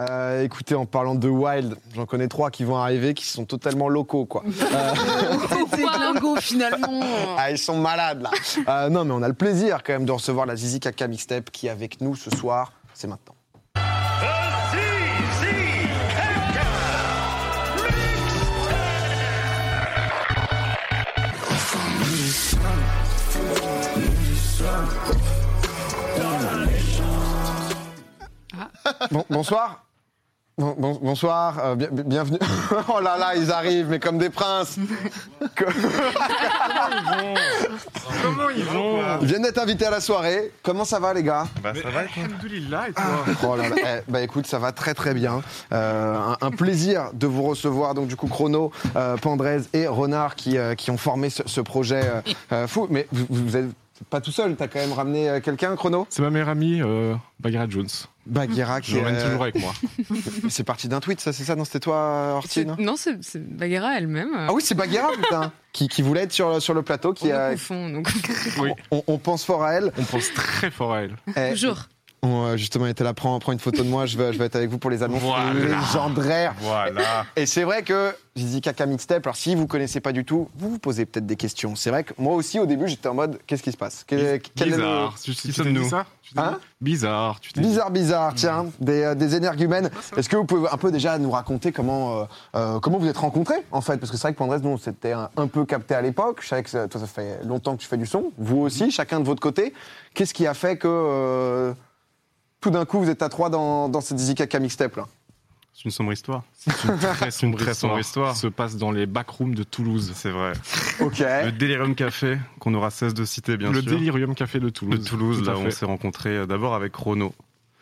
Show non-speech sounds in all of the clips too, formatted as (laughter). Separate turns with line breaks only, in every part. Euh, écoutez, en parlant de Wild, j'en connais trois qui vont arriver, qui sont totalement locaux, quoi.
C'est glingo finalement.
Ah, ils sont malades, là. Euh, non, mais on a le plaisir, quand même, de recevoir la Zizi Kaka Mixtape qui est avec nous ce soir. C'est maintenant. Bon- bonsoir. Bon- bon- bonsoir, euh, bien- bienvenue. (laughs) oh là là, ils arrivent, mais comme des princes. Que-
Comment ils vont
Ils viennent d'être invités à la soirée. Comment ça va, les gars
Bah ça va quoi Alhamdoulilah et toi
Oh là là, eh, bah écoute, ça va très très bien. Euh, un, un plaisir de vous recevoir. Donc du coup, Chrono, euh, Pandrez et Renard qui, euh, qui ont formé ce, ce projet euh, euh, fou. Mais vous, vous êtes pas tout seul, t'as quand même ramené euh, quelqu'un, Chrono
C'est ma meilleure amie, euh, Bagheera Jones.
Bagheera
Je
qui
l'emmène
euh,
toujours avec moi.
(laughs) C'est parti d'un tweet, ça c'est ça Non, c'était toi, euh, Orti,
C'est-
non
Non, c'est c'est Bagheera elle-même.
Ah oui, c'est Bagheera, putain qui, qui voulait être sur, sur le plateau,
on
qui
nous
a-
confond, donc
Oui,
on, on pense fort à elle.
on pense très fort
(laughs)
à elle.
Eh,
toujours.
on, euh, justement, elle était là, prends, prends une photo de moi, je vais, je vais être avec vous pour les annonces
Voilà.
légendraires.
(laughs) Voilà.
Et c'est vrai que Zizi Kaka Mixtape, alors si vous connaissez pas du tout, vous vous posez peut-être des questions. C'est vrai que moi aussi, au début, j'étais en mode, qu'est-ce qui se passe Quel- Euh, quel est le-
Bizarre. Tu- tu
Qui
t'es
sommes-nous
dit ça Tu t'es dit
Hein
Bizarre. Tu t'es dit-
Bizarre, bizarre, tiens, des, euh, des énergumènes. Est-ce que vous pouvez un peu déjà nous raconter comment, euh, euh, comment vous êtes rencontrés, en fait Parce que c'est vrai que Pandrez, nous, on s'était un, un peu capté à l'époque. Je savais que ça- toi, ça fait longtemps que tu fais du son. Vous aussi, chacun de votre côté. Qu'est-ce qui a fait que euh, tout d'un coup, vous êtes à trois dans, dans cette Zizi Kaka Mixtape, là
C'est une sombre histoire.
C'est
(laughs)
une très sombre,
très sombre
histoire.
histoire.
qui se passe dans les backrooms de Toulouse.
C'est vrai.
Ok.
Le Delirium Café, qu'on aura cesse de citer, bien
le
sûr.
Delirium Café de Toulouse.
de Toulouse,
Tout à
là, on
fait.
s'est rencontrés euh, d'abord avec Chrono,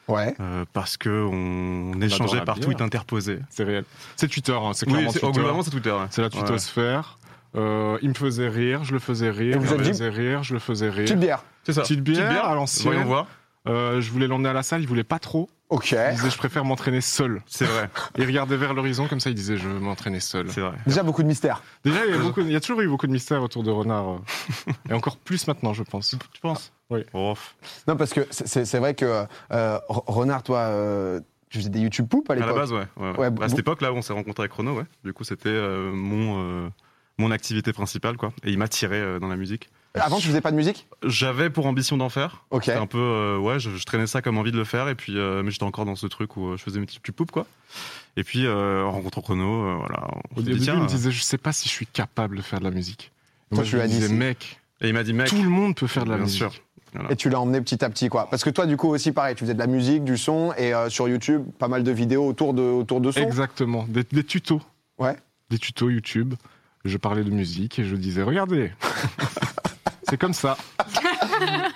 Ouais.
euh, parce que on échangeait
la
par
bière.
tweet interposé.
C'est réel. C'est Twitter, hein, c'est clairement
c'est-
Twitter.
oh, globalement, c'est Twitter. ouais.
C'est la
Ouais.
tutosphère. Euh, il me faisait rire, je le faisais
Et
rire,
vous
je le
êtes dit-
faisais rire, je le faisais rire.
Petite bière.
C'est ça.
Petite bière à l'ancienne.
Voyons voir.
Euh, je voulais l'emmener à la salle, il voulait pas trop.
Ok.
Il disait je préfère m'entraîner seul.
C'est
(laughs)
vrai.
Il regardait vers l'horizon comme ça, il disait je veux m'entraîner seul.
C'est vrai.
Déjà, beaucoup de mystères.
Déjà, il y, a beaucoup- il y a toujours eu beaucoup de mystères autour de Renard. euh. Et encore plus maintenant, je pense.
Tu penses
Oui.
Oh,
Non, parce que c'est- c'est c'est vrai que euh, R- Renard, toi, euh, tu faisais des YouTube poop à
à la
l'époque.
base, ouais. ouais, ouais.
Ouais,
Bah, à
vous-
cette époque, là, on s'est rencontrés avec Chrono, ouais. Du coup, c'était euh, mon, euh, mon activité principale, quoi. Et il m'a tiré euh, dans la musique.
Avant, tu faisais pas de musique
J'avais pour ambition d'en faire.
Ok.
C'était un peu, euh, ouais, je, je traînais ça comme envie de le faire, et puis, euh, mais j'étais encore dans ce truc où euh, je faisais mes petites petites poupes, quoi. Et puis, euh, en rencontrant Chrono, euh, voilà. on
Ah, Au
s'est dit,
début,
tiens,
il me
euh,
disait je sais pas si je suis capable de faire de la musique.
Toi,
Et moi,
tu
je lui
l'as dit,
disais
si.
mec,
Et il m'a dit, mec,
tout le monde peut faire de la
bien
musique.
sûr.
Et tu l'as emmené petit à petit, quoi. Parce que toi, du coup, aussi, pareil, tu faisais de la musique, du son, et euh, sur YouTube, pas mal de vidéos autour de, autour de son.
Exactement, des, des tutos.
Ouais.
Des tutos YouTube. Je parlais de musique et je
(laughs)
disais regardez. C'est comme ça.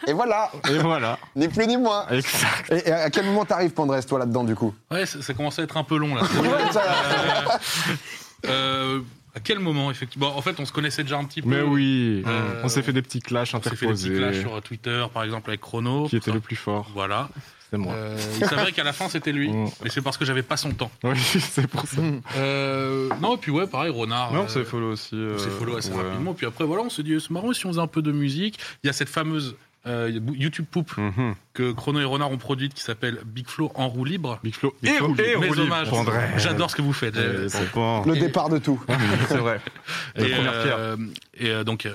Et voilà,
Et voilà.
ni plus ni moins.
Exact.
Et, et à quel moment t'arrives, Pandrez, toi, là-dedans, du coup
Ouais, ça, ça commence à être un peu long là.
Ça-
Euh, (laughs) euh, à quel moment effectivement Bon, En fait, on se connaissait déjà un petit peu.
Mais oui,
Euh,
on s'est fait des petits clashs
on s'est fait des petits
interposés.
clashs sur Twitter, par exemple avec Chrono.
Qui était le plus fort
Voilà.
C'était moi.
Euh, il s'avérait qu'à la fin c'était lui,
Mm.
mais c'est parce que j'avais pas son temps.
Oui, (laughs) c'est pour
Mm.
ça.
Euh, non, et puis ouais, pareil, Renard.
Non, on
euh,
s'est follow aussi.
on s'est
euh,
follow assez
ouais.
rapidement. Puis après, voilà, on s'est dit, c'est marrant si on faisait un peu de musique. Il y a cette fameuse euh, YouTube Poop
Mhm.
que Chrono et Renard ont produite qui s'appelle Big Flow en roue libre.
Big Flo.
Big Flo.
Mes
Et roue libre.
hommages.
André.
J'adore ce que vous faites.
Euh,
On pense.
(laughs)
Le
Et-
départ de tout.
(laughs) C'est vrai. La
Et,
première pierre.
euh, et euh, donc, euh,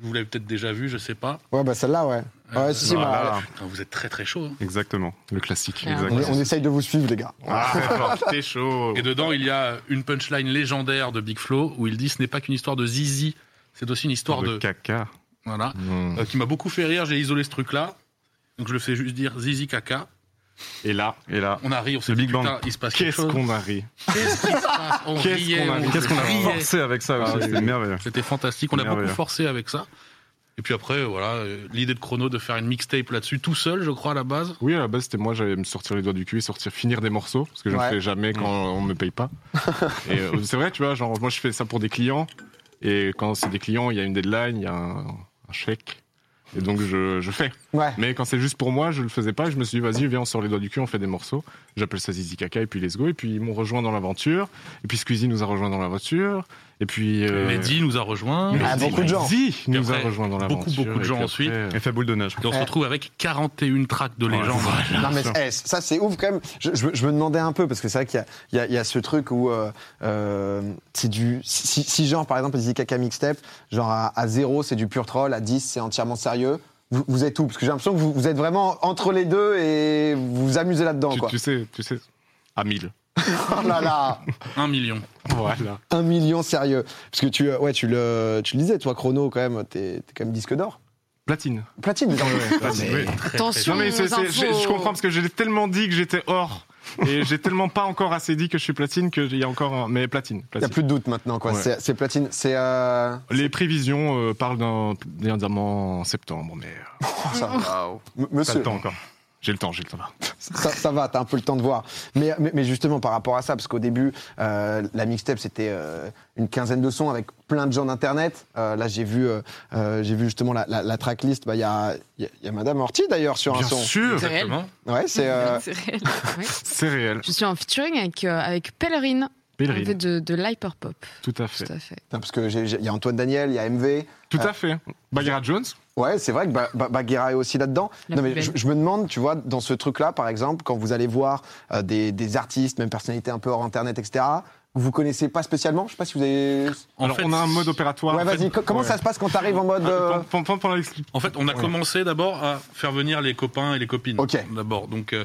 vous l'avez peut-être déjà vu, je sais pas.
Ouais, bah celle-là, ouais. Ouais,
Euh,
si, si,
voilà.
bah,
Putain, vous êtes très très chaud. hein.
Exactement.
Le classique.
Ah.
on, on essaye de vous suivre, les gars.
Ah,
(laughs)
t'es chaud.
Et dedans, il y a une punchline légendaire de Big Flo où il dit ce n'est pas qu'une histoire de zizi, c'est aussi une histoire de.
caca.
Voilà.
Mm.
Euh, qui m'a beaucoup fait rire, j'ai isolé ce truc-là. Donc je le fais juste dire zizi caca.
Et là,
Et là,
On a ri, on s'est
Le
dit
Big Bang.
putain, il se passe quelque
qu'est-ce
chose.
qu'on a ri
Qu'est-ce
(laughs)
qui se passe On
Qu'est-ce
riait,
qu'on a-
on
qu'est-ce qu'on a
riait.
forcé avec ça aussi,
Ah, oui.
C'était merveilleux.
C'était fantastique. On a
Merveilleux.
beaucoup forcé avec ça. Et puis après, voilà, euh, l'idée de Chrono de faire une mixtape là-dessus tout seul, je crois, à la base.
Oui, à la base, c'était moi, j'allais me sortir les doigts du cul et sortir, finir des morceaux, parce que je ne
Ouais. Mm.
fais jamais quand on me
(laughs)
paye pas. et euh, c'est vrai, tu vois, genre, moi, je fais ça pour des clients, et quand c'est des clients, il y a une deadline, il y a un, un chèque, et donc je, je fais.
Ouais.
Mais quand c'est juste pour moi, je le faisais pas, et je me suis dit, vas-y, viens, on sort les doigts du cul, on fait des morceaux. J'appelle ça Zizi Kaka, et puis let's go, et puis ils m'ont rejoint dans l'aventure, et puis Squeezie nous a rejoint dans la voiture, Et puis. euh,
Mehdi nous a rejoint.
Ah,
Mehdi-
beaucoup de gens.
Mehdi nous
Après,
a rejoint dans l'aventure.
beaucoup, beaucoup de
et
gens
puis
ensuite.
après, euh,
Effet boule de neige.
Et on
Eh.
se retrouve avec 41 tracks de
Ouais,
légende.
Non, mais eh, ça, c'est ouf quand même. Je, je me- je me demandais un peu, parce que c'est vrai qu'il y a- il y, a- il y a ce truc où. euh, euh, c'est du. Si, si, genre, par exemple, les IKK mixtape, genre à, à 0, c'est du pur troll, à 10, c'est entièrement sérieux. Vous, vous êtes où Parce que j'ai l'impression que vous, vous êtes vraiment entre les deux et vous vous amusez là-dedans,
tu,
quoi.
tu sais, tu sais. À 1000.
(laughs) Oh là
(laughs)
là
1 million.
Voilà.
Un million sérieux. Parce que tu, euh, ouais, tu, le, tu le disais, toi, Chrono, quand même, t'es t'es quand même disque d'or.
Platine.
Platine, désormais. (laughs)
platine, oui.
Attention,
Non mais c'est- c'est- je, je comprends parce que j'ai tellement dit que j'étais or et j'ai tellement pas encore assez dit que je suis platine qu'il y a encore un... mais platine.
Il n'y a
platine.
plus de doute maintenant, quoi.
Ouais.
C'est c'est platine. C'est. euh,
Les prévisions euh, parlent d'un d'un diamant en septembre mais euh,
oh, ça va. M-
T'as le
Monsieur,
temps encore.
j'ai le temps, j'ai le temps.
ça, ça va, t'as un peu le temps de voir. Mais, mais, mais justement, par rapport à ça, parce qu'au début, euh, la mixtape, c'était euh, une quinzaine de sons avec plein de gens d'Internet. Euh, là, j'ai vu, euh, euh, j'ai vu justement la, la, la tracklist. Bah, Il y, a, il y a- il y a Madame Orti, d'ailleurs, sur
Bien
un son.
sûr,
C'est réel.
exactement.
Ouais, c'est. euh,
C'est réel. Ouais.
C'est réel.
Je suis en featuring avec, euh, avec Pellerine, en fait,
Pèlerine.
de, de l'hyperpop,
Tout à fait.
tout à fait.
parce que j'ai- j'ai- il y a Antoine Daniel, il y a MV.
Tout à fait. Bagheera Jones.
Ouais, c'est vrai que Ba- Ba- Bagheera est aussi là-dedans.
La
Non,
plus
mais
belle.
je, je me demande, tu vois, dans ce truc-là, par exemple, quand vous allez voir euh, des, des artistes, même personnalités un peu hors internet, etc., que vous connaissez pas spécialement, je sais pas si vous avez.
En
Alors
fait,
on a un mode opératoire.
ouais,
en fait-
vas-y, co- comment
ouais. Ah,
ça se passe quand t'arrives en mode. euh,
Pen- pen- pen- pendant l'expli-
En fait, on a commencé d'abord à faire venir les copains et les copines.
Ok.
D'abord, donc euh,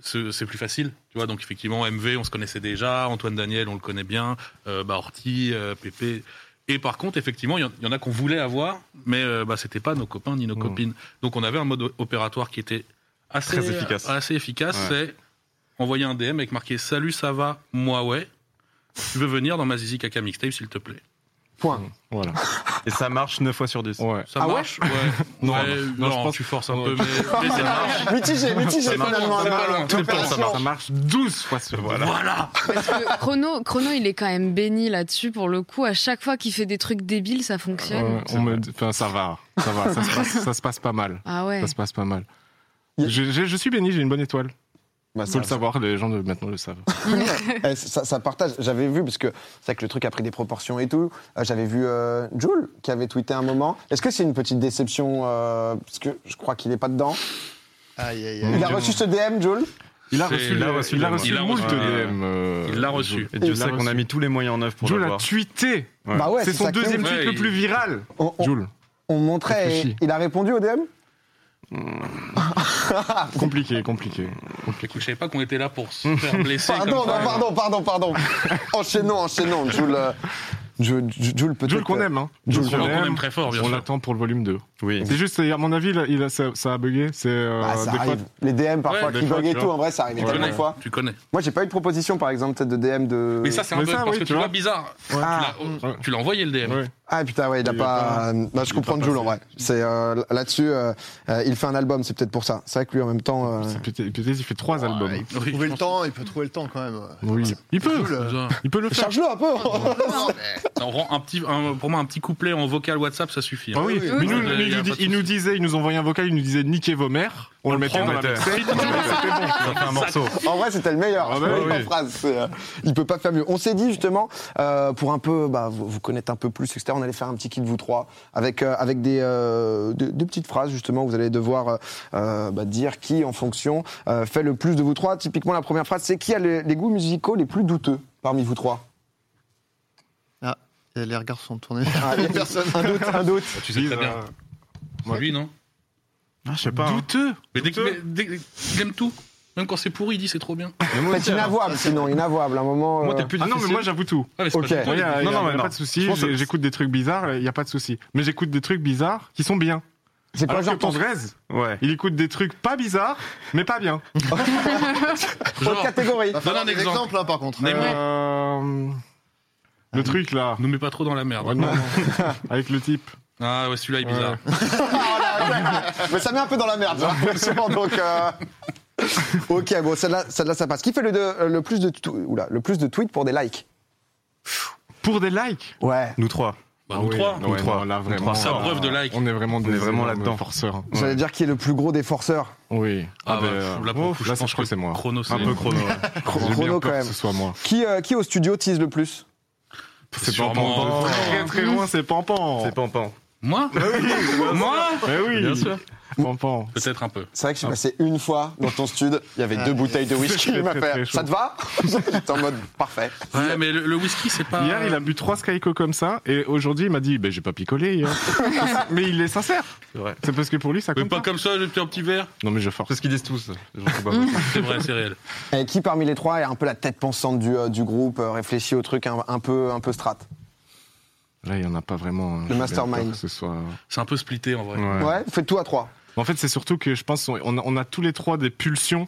ce- c'est plus facile, tu vois. Donc effectivement, MV, on se connaissait déjà. Antoine Daniel, on le connaît bien. Euh, bah, Orti, euh, Pépé. Et par contre, effectivement, il y en- il y, en a qu'on voulait avoir, mais euh, bah, c'était pas nos copains ni nos
Hmm.
Mm.
copines. Donc on avait un mode opératoire qui était assez
Très efficace.
Assez efficace, c'est envoyer un DM avec marqué Salut, ça va, moi ouais. Tu veux venir dans ma Zizi Kaka mixtape, s'il te plaît.
Point.
Voilà.
Et ça marche 9 fois sur 10.
Ouais.
Ça
Ah ouais
marche ouais.
Non,
Ouais,
non,
non,
je pense-
tu forces un
Ouais.
peu, mais, mais ça marche.
Ah, Mitigé, mitigé
C'est pas
finalement.
loin, c'est pas loin.
Tout le temps,
Ça marche, ça marche 12 fois sur
Voilà.
voilà.
Parce que Chrono, Chrono, il est quand même béni là-dessus, pour le coup. À chaque fois qu'il fait des trucs débiles, ça fonctionne.
Ouais, Euh, on me dit- enfin, ça va, ça va, ça se passe, ça se passe pas mal.
Ah ouais.
Ça se passe pas mal.
Il-
Je, je- je suis béni, j'ai une bonne étoile.
Bah,
Il
ça,
faut le savoir, les gens de maintenant le savent.
(laughs) eh, ça- ça partage. J'avais vu, parce que c'est vrai que le truc a pris des proportions et tout. euh, J'avais vu euh, Jules qui avait tweeté un moment. Est-ce que c'est une petite déception euh, Parce que je crois qu'il n'est pas dedans.
Aïe, aïe,
Il a
Dieu.
reçu ce DM, Jules
Il a
C'est-
reçu,
il
le-
a reçu
il a
le-
reçu
il a
moult
reçu.
de DM. euh,
Il l'a reçu.
Et
Il
Dieu
l'a
sait qu'on a
reçu.
mis tous les moyens en œuvre pour
Jules
le
a
voir.
tweeté.
Ouais.
Bah ouais,
c'est son
ça que- Ah,
deuxième
ouf.
tweet
Ouais,
le
il-
plus viral.
On, on-
Jules,
on montrait et
Réfléchis.
il a répondu au DM
compliqué, compliqué.
Écoute, je savais pas qu'on était là pour
(laughs)
se faire blesser.
Pardon,
comme ça.
bah, pardon, pardon, pardon. enchaînons, enchaînons. Jules, euh, Jules, Jules peut-être. euh,
Jules qu'on aime, hein.
Jules
Qu'on aime, qu'on aime très fort, bien
On
sûr.
l'attend pour le volume 2.
Oui.
C'est juste, à mon avis, il a- il a- ça, ça a bugué. C'est euh,
Ah, ça
des fois-
arrive. Les DM parfois
Ouais, des
qui
fois,
bug et
tu
tout,
vois.
en vrai, ça arrive
Tu
Ouais.
tellement de
connais,
fois.
tu connais.
Moi, j'ai pas eu de proposition, par exemple, peut-être de DM de.
Mais ça, c'est un
Euh, Mais
bug
ça,
parce
oui,
que
tu
tu vois
vois.
bizarre.
Ah.
Tu l'as- oh, Tu l'as envoyé le DM.
Ouais.
Ah putain ouais, il a
Il est
pas. bah, je
est
comprends
pas
Jules en vrai.
passé.
C'est euh, là-dessus, euh, euh, il fait un album, c'est peut-être pour ça. C'est vrai que lui en même temps. euh,
C'est peut-être- peut-être il fait trois albums.
il peut
Oui,
trouver
je
le
pense.
temps, il peut trouver le temps quand même.
Oui, il peut,
Cool.
Bizarre.
il peut le faire.
Charge-le un peu.
On rend un petit, un- pour moi, un petit couplet en vocal WhatsApp, ça suffit. hein.
Ah oui,
Oui,
mais
oui.
nous,
Il y a
mais il,
pas
nous
de
dit-
souci.
il nous disait, il nous envoyait un vocal, il nous disait niquez vos mères. On, le mettait
prend,
dans
on
la
mettait.
mixtape. (laughs)
Ça fait un morceau.
En vrai, c'était le meilleur.
Ah
Il (laughs)
bah oui.
phrase, c'est, euh, il peut pas faire mieux. On s'est dit justement euh, pour un peu bah, vous, vous connaître un peu plus, etc. On allait faire un petit kit vous trois avec euh, avec des, euh, de- deux petites phrases justement. Vous allez devoir euh, euh, bah, dire qui en fonction euh, fait le plus de vous trois. Typiquement, la première phrase, c'est qui a les, les goûts musicaux les plus douteux parmi vous trois.
Et les regards sont tournés
Ah,
(laughs) vers les personnes.
Un doute, un doute.
Tu sais
euh,
très bien.
Moi,
Lui, non
Ah, je sais pas. hein.
Douteux. Mais dès,
Douteux.
mais dès- il aime tout. Même quand c'est pourri, il dit c'est trop bien.
C'est inavouable, sinon inavouable. À un moment.
Moi,
euh,
t'es plus
Ah non, mais
difficile.
hein. moi j'avoue tout.
Ah, mais c'est
Ok.
pas
Non,
douteux.
il y a, il y a-
Non, non,
il y a
mais non.
pas de souci.
Je pense que-
j'ai- J'écoute des trucs bizarres, il n'y a pas de souci. Mais j'écoute des trucs bizarres qui sont bien.
C'est quoi
Alors que
genre ton
Pondrez,
Ouais.
il écoute des trucs pas bizarres, mais pas bien.
Autre
Genre,
catégorie.
Va falloir
Donne un
des
exemple.
exemples, hein, par contre.
Mais moi-
Euh, Le truc là,
nous mets pas trop dans la merde.
Ouais, non, non. avec le type.
Ah ouais, celui-là est bizarre.
Mais ça met un peu dans la merde, hein, forcément, donc. euh, Ok, bon, celle-là, celle-là, ça passe. Qui fait le, de- euh, le plus de tw- oula, le plus de tweets pour des likes
Pour des likes
Ouais.
hein. Nous trois.
Bah,
Ah
nous
ouais,
trois.
non, ouais,
trois.
non, là,
Nous trois.
vraiment,
Ça
là,
preuve de like.
On est vraiment,
On est vraiment
des
là-dedans.
forceurs.
J'allais dire qui est le plus gros des forceurs.
Oui.
Ah, bah,
ben,
là, pour le coup,
là,
je pense
je crois que c'est hein. Ah, moi.
Chrono, c'est
Un peu chrono. ouais.
Chro-
J'ai bien
Chrono,
peur
quand même.
que ce soit moi.
Qui, euh, qui au studio tease le plus
C'est
Sûrement.
Pampan. De Très très loin, c'est Pampan.
C'est Pampan.
Moi Moi
Mais oui,
Bien sûr.
Pampan.
(laughs) Peut-être un peu.
C'est vrai que je suis passé une fois dans ton stud, il y avait deux bouteilles de whisky.
très,
Il m'a
très,
fait,
très
ça te va (laughs) J'étais en mode parfait.
Ouais, mais le, le whisky, c'est pas.
Hier, il a bu trois Skyco comme ça, et aujourd'hui, il m'a dit, ben, j'ai pas
(laughs)
picolé hier. mais il est sincère.
C'est vrai.
C'est parce que pour lui, ça
Mais
compte
pas
pas.
comme ça, j'ai pris un petit verre.
Non, mais je force.
C'est ce qu'ils disent tous. les gens qui boivent.
C'est vrai, c'est réel.
Et qui parmi les trois est un peu la tête pensante du, euh, du groupe, euh, réfléchit au truc un, un peu un peu strat
Là, il y en a pas vraiment. hein. J'ai bien
mastermind.
peur Que ce soit... euh,
C'est un peu splitté en vrai.
Ouais, faites tout à trois.
En fait, c'est surtout que je pense on on a, on a tous les trois des pulsions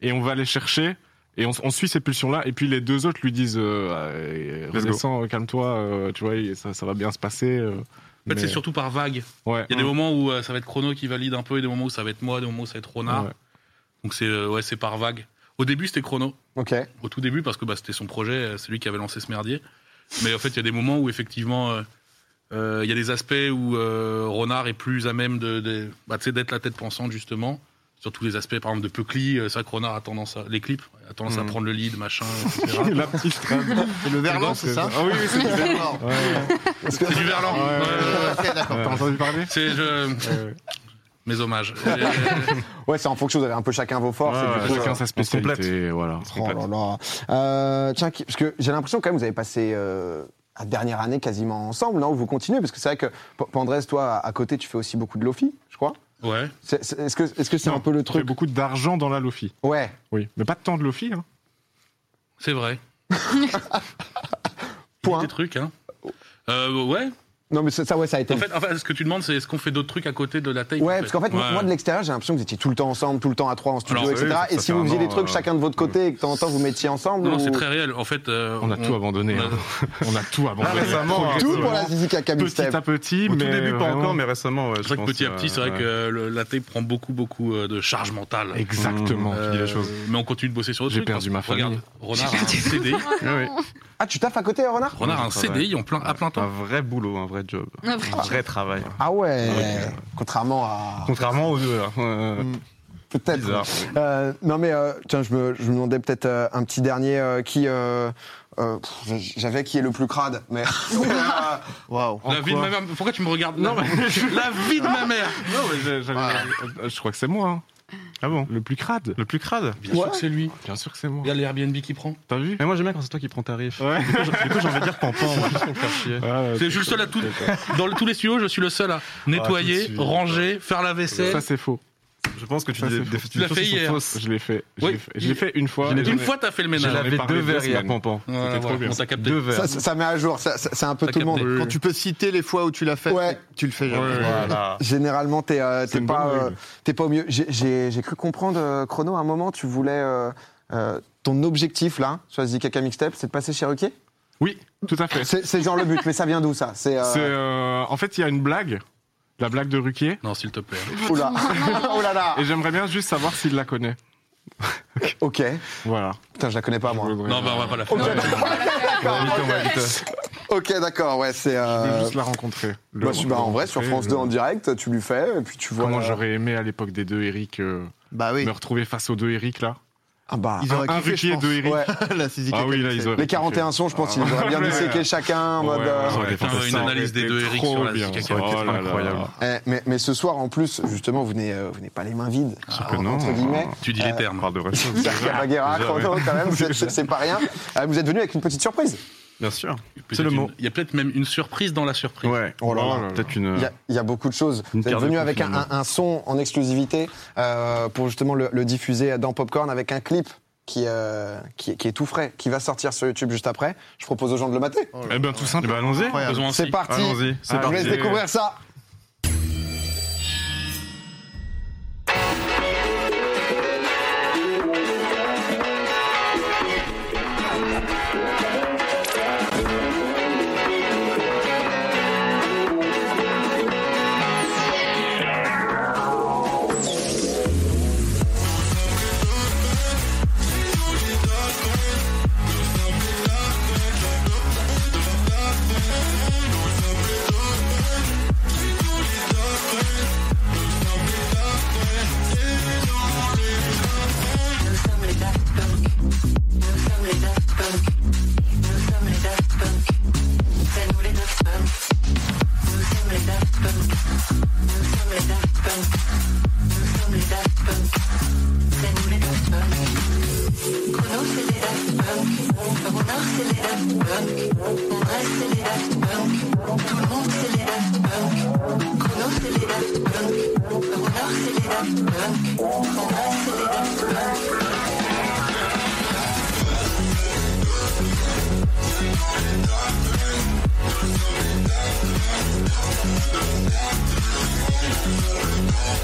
et on va les chercher et on, on suit ces pulsions-là. Et puis les deux autres lui disent euh, euh,
Let's go.
redescends, euh, calme-toi, euh, tu vois, et ça, ça va bien se passer. euh.
En fait,
Mais-
c'est surtout par vague.
Ouais.
Il y a des moments où euh, ça va être Chrono qui valide un peu, et des moments où ça va être moi, des moments où ça va être Rona.
Ouais. (laughs)
Donc c'est euh, ouais, c'est par vague. Au début, c'était Chrono.
Ok.
Au tout début, parce que bah, c'était son projet, euh, c'est lui qui avait lancé ce merdier. Mais en fait, il y a des moments où effectivement, euh, euh, il y a des aspects où euh, Renard est plus à même de, de- bah, tu sais, d'être la tête pensante justement. Sur tous les aspects, par exemple, de Peucli, euh, c'est vrai que Renard a tendance à. Les clips, a tendance à
Mm.
Mhm.
prendre le lead, machin,
(laughs)
etc.
La petite strade.
C'est le verlan, c'est ça
Ah oui, oui, c'est
Le verlan.
Ouais, ouais.
c'est du Verlan.
Ouais,
Ouais, ouais, ouais.
Ok, d'accord.
T'as entendu parler
C'est. je-
Ouais.
Mes hommages. euh,
Ouais, c'est en fonction, vous avez un peu chacun vos forces.
Ouais,
et du coup,
Chacun
euh,
sa
on se complète.
spécialité, voilà.
Oh là là. Euh, tiens, qui- parce que j'ai l'impression quand même vous avez passé euh, la dernière année quasiment ensemble, non Vous continuez parce que c'est vrai que P- Pandrez, toi, à côté, tu fais aussi beaucoup de lofi, je crois.
ouais.
C'est- c'est- Est-ce que est-ce que c'est
Non,
un peu le
Il y a
truc
beaucoup d'argent dans la Lofi.
Ouais.
Oui. Mais pas de temps de Lofi. Hein.
C'est vrai.
Point.
Des trucs, hein. Euh, ouais.
Non, mais ça, ça, ouais, ça a été.
En fait, en fait, ce que tu demandes, c'est est-ce qu'on fait d'autres trucs à côté de la taille
Ouais, parce qu'en fait, moi-
Ouais.
moi de l'extérieur, j'ai l'impression que vous étiez tout le temps ensemble, tout le temps à trois en studio,
Alors,
etc.
oui, ça
et si
fait
vous
un
faisiez des
an,
trucs
euh,
chacun de votre côté et que de temps en temps vous mettiez ensemble.
Non, non, c'est
ou-
très réel. En fait, euh,
On a tout abandonné.
on a-
hein. On a tout abandonné.
récemment, hein.
Tout pour
Progressivement.
la Zizi Kaka Mixtape.
Petit à petit,
Au tout
mais
début, pas
vraiment-
encore, mais récemment. euh, Ouais,
C'est vrai que petit à petit, c'est vrai que le- la taille prend beaucoup, beaucoup euh, de charge mentale.
Exactement.
Euh,
il y a des choses.
Mais on continue de bosser sur d'autres
J'ai
trucs.
perdu ma famille.
Regarde, Renard a un CDI.
Ah, tu taffes à côté, Renard
Renard a un
Ouais, c'est
CDI en plein,
Ah,
à plein
Un
temps.
vrai boulot, un vrai job.
Un vrai
un vrai travail.
Ah ouais,
Ouais.
contrairement à
Contrairement aux deux, là. Euh,
peut-être.
bizarre.
Euh, non mais euh, tiens, je me, je me demandais peut-être euh, un petit dernier euh, qui. euh, euh, pff, J'avais qui est le plus crade, mais. euh,
Waouh.
La vie de ma mère. Pourquoi tu me regardes Non, mais (laughs) la vie de ma mère.
Non, mais j'ai- j'avais- euh, je crois que c'est moi,
Ah bon
hein. le plus crade.
Le plus crade
Bien sûr que c'est lui.
Bien sûr que c'est moi.
Regarde les Airbnb qu'il prend.
T'as vu
Mais moi, j'aime bien quand c'est toi qui prends ta riff.
Ouais.
Du coup, j'ai- du coup, j'ai envie de dire Pampan, juste pour me faire chier.
Ah,
Je suis le seul à tout. Dans le- tous les studios, je suis le seul à
tout de
nettoyer,
suite.
ranger, faire la vaisselle.
Ça, c'est faux.
Je pense que tu
Ça,
dis des,
c'est
des
faux.
choses
Tu l'as fait
qui sont
hier.
fausses.
Je l'ai fait. Je
Oui.
l'ai fait. Je l'ai fait une fois.
Une fois, t'as fait le
J'ai
ménage.
lavé
parlé
deux
deux
verres hier,
semaines.
Pampan.
Voilà,
C'était
voilà,
trop bien.
On t'a capté.
Deux verres.
ça, ça- ça met à jour, ça- ça- c'est un peu
Ça
tout le monde.
capte.
Quand tu peux citer les fois où tu l'as fait,
Ouais.
tu le fais jamais.
Voilà.
Généralement, t'es euh, t'es
une
pas,
bonne
euh,
règle.
t'es pas au mieux. J'ai- J'ai j'ai cru comprendre, euh, Chrono, à un moment, tu voulais. euh, euh, ton objectif, là, sur la Zikaka Mixtape, c'est de passer chez Ruquier
Oui, tout à fait.
C'est c'est genre le but, mais ça vient d'où, ça C'est.
C'est,
Euh...
euh, en fait, il y a une blague, la blague de Ruquier,
Non, s'il te plaît.
(laughs) Oula Oh là là
et j'aimerais bien juste savoir s'il la connaît.
Ok.
Voilà.
Putain, je la connais pas,
Je
moi.
voudrais-
Non, bah on va pas la faire.
Ok, d'accord.
Vite,
(laughs)
on va vite.
Ok, d'accord, ouais, c'est.
Je
euh,
veux juste la rencontrer. Le-
bah, je- bah, en vrai, sur
le-
euh,
France 2 en direct, tu lui fais, et puis tu vois.
Comment
euh,
j'aurais aimé à l'époque des deux Eric euh,
Bah oui.
me retrouver face aux deux Eric là.
Ah bah.
Ils auraient
un
kiffé, je
Ruquier,
pense.
deux Eric.
Ouais.
(laughs) La saisie
Ah oui, là,
capitale,
ils
c'est-
auraient.
Les 41 sons, je pense qu'ils auraient bien
Ouais.
disséqué chacun en mode. euh,
Ah. ouais.
faire une analyse des deux Eric sur la Zika
Kaka.
Oh là là.
Incroyable.
eh, mais, mais ce soir, en plus, justement, vous n'êtes euh, vous n'êtes pas les mains vides.
que
en-
non.
Entre guillemets.
Tu dis les termes.
On parle de vraies choses.
Zaka Baguera,
Déjà, ouais.
Chrono, quand même,
(laughs)
c'est- c'est c'est pas rien. Euh, Vous êtes venu avec une petite surprise.
Bien sûr.
Peut-être
C'est le
une-
mot.
Il y a peut-être même une surprise dans la surprise.
Ouais.
Oh là là.
Peut-être
Il
une.
y, a, il y a beaucoup de choses.
Une
Vous êtes
pierre de
venu
coups,
avec un,
finalement.
un- un son en exclusivité euh, pour justement le, le diffuser dans Popcorn avec un clip qui, euh, qui, qui est tout frais, qui va sortir sur YouTube juste après. Je propose aux gens de le mater.
Oh là
Eh
là.
ben tout simple.
Bah, allons-y.
Incroyable.
Faisons ainsi.
C'est parti.
Allons-y. C'est
Je vous
parti.
laisse découvrir ça.
Thank Punk, on reste c'est les Daft Punk, tout le monde c'est les Daft Punk, Chrono c'est les Daft Punk, Runner c'est les Daft Punk, on reste c'est les Daft Punk.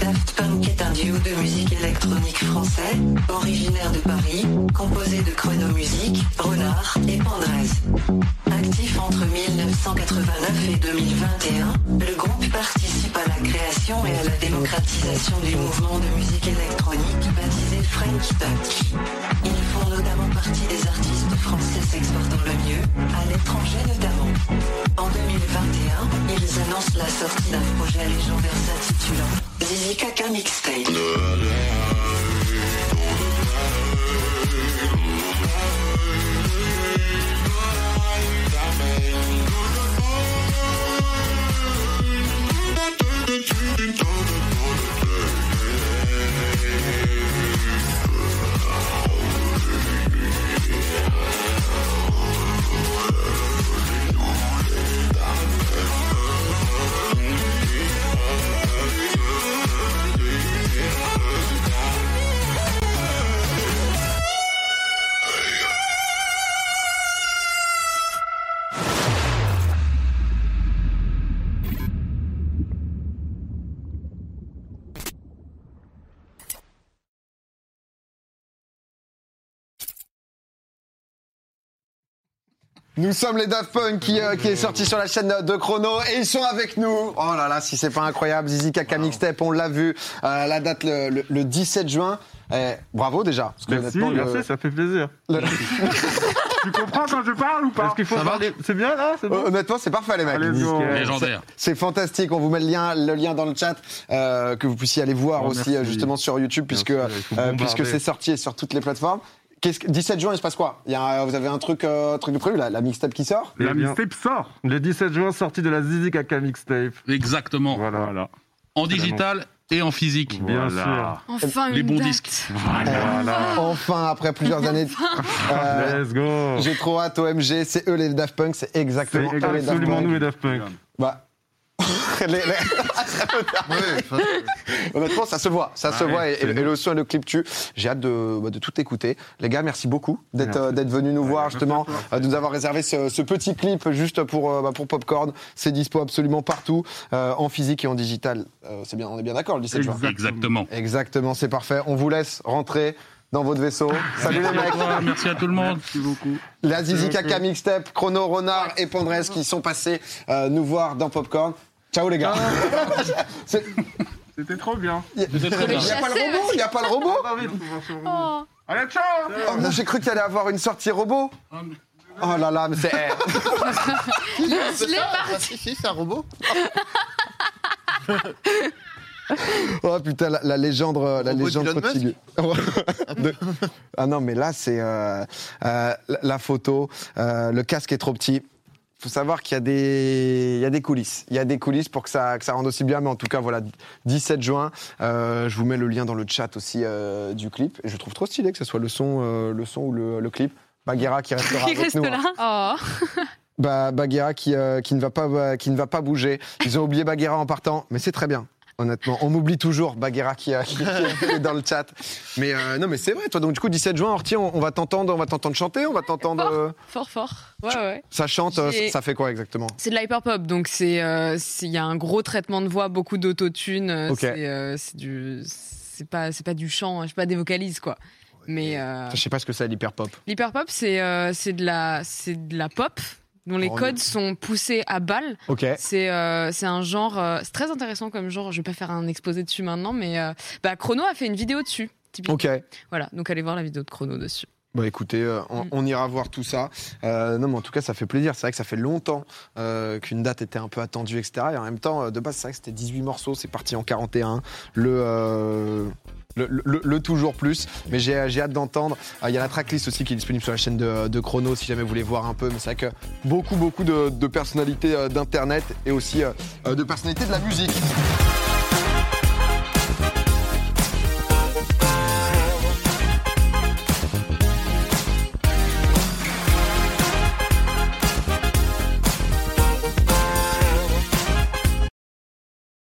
Daft Punk est un duo de musique électronique français, originaire de Paris, composé de Chrono Music, Renard et Pandrez. Actif entre 1989 et 2021, le groupe participe à la création et à la démocratisation du mouvement de musique électronique baptisé French Touch. Ils font notamment partie des artistes français s'exportant le mieux, à l'étranger notamment. En 2021, ils annoncent la sortie d'un projet légendaire s'intitulant Zizi Kaka Mixtape.
Nous sommes les Daft Punk qui, euh, qui est sorti sur la chaîne de Chrono et ils sont avec nous. Oh là là, si c'est pas incroyable, Zizi Kaka Mixtape, on l'a vu. Euh, la date le, le- le 17 juin. Eh, bravo déjà. Parce que
Merci,
honnêtement, le-
merci, ça fait plaisir.
le-
Tu comprends quand je parle ou pas Est-ce qu'il faut
Ça va
parler C'est bien là C'est bon
honnêtement, c'est parfait les mecs.
Allez, go.
Légendaire.
C'est fantastique. On vous met le lien, le lien dans le chat euh, que vous puissiez aller voir
Oh,
aussi
merci.
euh, justement sur YouTube puisque
Merci, il faut
euh,
bombarder.
puisque c'est sorti sur toutes les plateformes. Qu'est-ce que- 17 juin, il se passe quoi Il y a un- Vous avez un truc euh, truc de prévu la, la mixtape qui sort
Eh
La
bien,
mixtape sort.
Le 17 juin, sortie de la Zizi Kaka Mixtape.
Exactement.
Voilà. voilà.
En digital et en physique.
Bien
Enfin,
Les
une
bons
date.
disques.
Voilà.
Enfin après plusieurs années. de- Euh,
Let's go.
J'ai trop hâte, OMG, c'est eux les Daft Punk, c'est exactement
C'est
eux les Daft
absolument
Punk.
nous les Daft Punk.
Bah. (laughs) les- les- Honnêtement, ça se voit, ça se voit, et, et le- et le son et le clip tue. J'ai hâte de, bah, de tout écouter. Les gars, merci beaucoup d'être
Merci.
euh, d'être venus nous voir, justement, euh, de nous avoir réservé ce, ce petit clip juste pour, euh, bah, pour Popcorn. C'est dispo absolument partout, euh, en physique et en digital. Euh, c'est bien, on est bien d'accord, le 17 juin.
Exactement.
Exactement, c'est parfait. On vous laisse rentrer dans votre vaisseau. Salut les
Merci à
mecs
toi, merci à tout le monde.
La
Mhm.
Zizi Kaka Mixtape, Chrono, Renard et Pandres qui sont passés euh, nous voir dans Popcorn. Ciao les
(laughs)
gars. C'est-
C'était trop bien.
Il n'y a,
êtes
il y a pas le robot, il n'y a pas
(laughs)
le robot.
Oh.
Allez, ciao
Oh, mais J'ai cru qu'il allait avoir une sortie robot. Oh là là, mais c'est.
(laughs)
eh,
Laisse-les partir.
Si, si, c'est un robot.
(laughs) Oh putain, la, la légende, euh, la
Robot
légende
d'Elon
continue. (laughs) De- (laughs) Ah non, mais là c'est euh, euh, la- la photo. euh, le casque est trop petit. Faut savoir qu'il y a des, il y a des coulisses. Il y a des coulisses pour que ça, que ça rende aussi bien. Mais en tout cas, voilà, 17 juin. Euh, je vous mets le lien dans le chat aussi euh, du clip. Et je trouve trop stylé que ce soit le son, euh, le son ou le, le clip. Baguera qui
(laughs)
restera
Qui
avec
reste
nous. hein.
là. Oh.
Bah, Baguera qui, euh, qui, ne va pas, euh, qui ne va pas bouger. Ils ont oublié Baguera en partant, mais c'est très bien. Honnêtement, on m'oublie toujours Baguera qui, euh, (laughs) qui est dans le chat. Mais euh, non, mais c'est vrai, toi. Donc du coup, 17 juin, Orti, on, on va t'entendre, on va t'entendre chanter, on va t'entendre. euh,
Fort, fort. Ouais, ouais.
ça chante, euh,
J'ai-
ça fait quoi exactement
C'est de l'hyperpop, donc c'est euh, c'est- il y a un gros traitement de voix, beaucoup d'autotune. euh,
Ok.
C'est euh, c'est du c'est pas c'est pas du chant, hein, je sais pas des vocalises quoi. Mais euh,
Je sais pas ce que c'est l'hyper pop.
l'hyperpop c'est euh, c'est de la c'est de la pop dont les
Oh,
codes
non.
sont poussés à balle.
Ok.
C'est euh, c'est un genre euh, c'est très intéressant comme genre. Je vais pas faire un exposé dessus maintenant, mais euh, bah Chrono a fait une vidéo dessus. typiquement.
Ok.
Voilà, donc allez voir la vidéo de Chrono dessus.
Bah écoutez, euh, on,
Mm.
on ira voir tout ça. Euh, non, mais en tout cas, ça fait plaisir. C'est vrai que ça fait longtemps euh, qu'une date était un peu attendue, etc. Et en même temps, euh, de base, c'est vrai que c'était 18 morceaux, c'est parti en 41. Le. euh, le, le- le toujours plus, mais j'ai j'ai hâte d'entendre. Euh, Il y a la tracklist aussi qui est disponible sur la chaîne de, de Chrono si jamais vous voulez voir un peu. Mais c'est vrai que beaucoup, beaucoup de, de personnalités euh, d'internet et aussi euh, euh, de personnalités de la musique.